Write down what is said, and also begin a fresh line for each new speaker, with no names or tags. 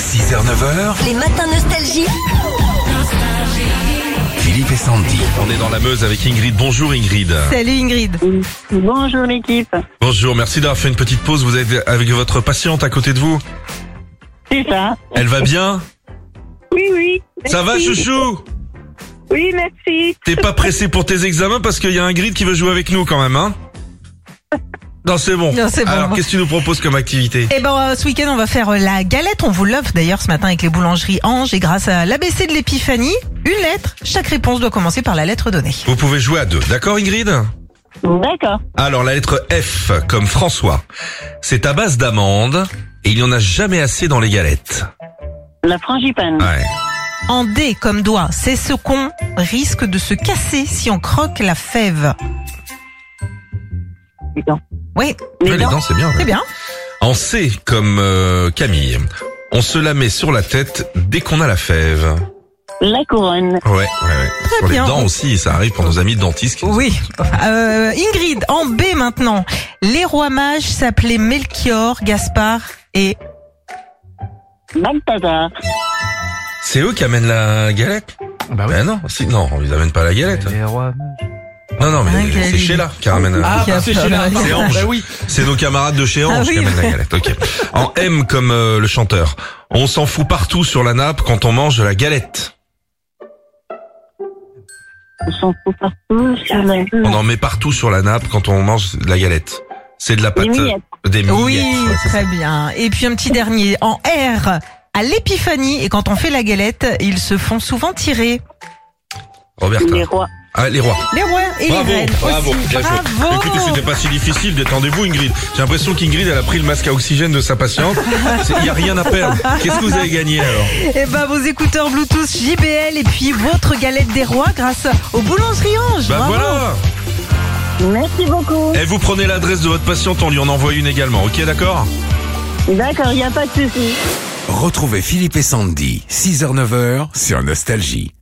6h-9h,
Les matins nostalgie.
Philippe et Sandy.
On est dans la Meuse avec Ingrid. Bonjour Ingrid.
Salut Ingrid.
Bonjour l'équipe.
Bonjour, merci d'avoir fait une petite pause. Vous êtes avec votre patiente à côté de vous.
C'est ça.
Elle va bien
Oui, oui.
Ça va
merci.
chouchou
Oui, merci.
T'es pas pressé pour tes examens parce qu'il y a Ingrid qui veut jouer avec nous quand même, hein Non, c'est bon.
Non, c'est bon.
Alors, qu'est-ce que tu nous proposes comme activité
Eh ben, euh, ce week-end, on va faire euh, la galette. On vous l'offre d'ailleurs ce matin avec les boulangeries Ange. Et grâce à l'ABC de l'épiphanie, une lettre. Chaque réponse doit commencer par la lettre donnée.
Vous pouvez jouer à deux, d'accord Ingrid
D'accord.
Alors, la lettre F, comme François. C'est à base d'amandes et il n'y en a jamais assez dans les galettes.
La frangipane.
Ouais.
En D comme doigt, c'est ce qu'on risque de se casser si on croque la fève.
Les dents.
Oui,
Les
Ouais, les
dents.
dents, hein, c'est bien. ouais.
c'est bien.
En C, comme euh, Camille. On se la met sur la tête dès qu'on a la fève.
La couronne.
Ouais, ouais, ouais.
Très
Sur
bien.
les dents aussi, ça arrive pour nos amis dentistes. qui-
Oui. Euh, Ingrid, en B maintenant. Les rois mages s'appelaient Melchior, Gaspard et...
Balthazar.
C'est eux qui amènent la galette
Bah oui.
Ben non, si, non, ils amènent pas la galette.
Les rois.
Non, non, mais
Ingrid.
c'est Sheila qui ramène.
Ah,
Qui a
bah, c'est
fait
chez la
la-
C'est Ange.
Bah oui.
C'est nos camarades de chez Ange
Ah oui.
qui amènent la galette. Ok. En M comme euh, le chanteur. On s'en fout partout sur la nappe quand on mange de la galette.
On s'en fout partout. Sur la...
On en met partout sur la nappe quand on mange de la galette. C'est de la pâte. euh,
Les miettes.
Des miettes.
Oui,
ouais, c'est ça.
très bien. Et puis un petit dernier, en R, à l'épiphanie, et quand on fait la galette, ils se font souvent tirer.
Roberta.
Les rois.
Ah, les rois.
Les rois et
Bravo,
les reines
bravo,
aussi.
bien joué.
bravo.
Écoutez, c'était pas si difficile, détendez-vous Ingrid. J'ai l'impression qu'Ingrid, elle a pris le masque à oxygène de sa patiente. Il n'y a rien à perdre. Qu'est-ce que vous avez gagné alors
Eh ben, vos écouteurs Bluetooth JBL et puis votre galette des rois grâce aux boulangeries Ange.
Bah
Bravo.
voilà
Merci beaucoup.
Et vous prenez l'adresse de votre patiente, on lui en envoie une également, ok d'accord
D'accord, il n'y a pas de souci.
Retrouvez Philippe et Sandy, 6h-9h, sur Nostalgie.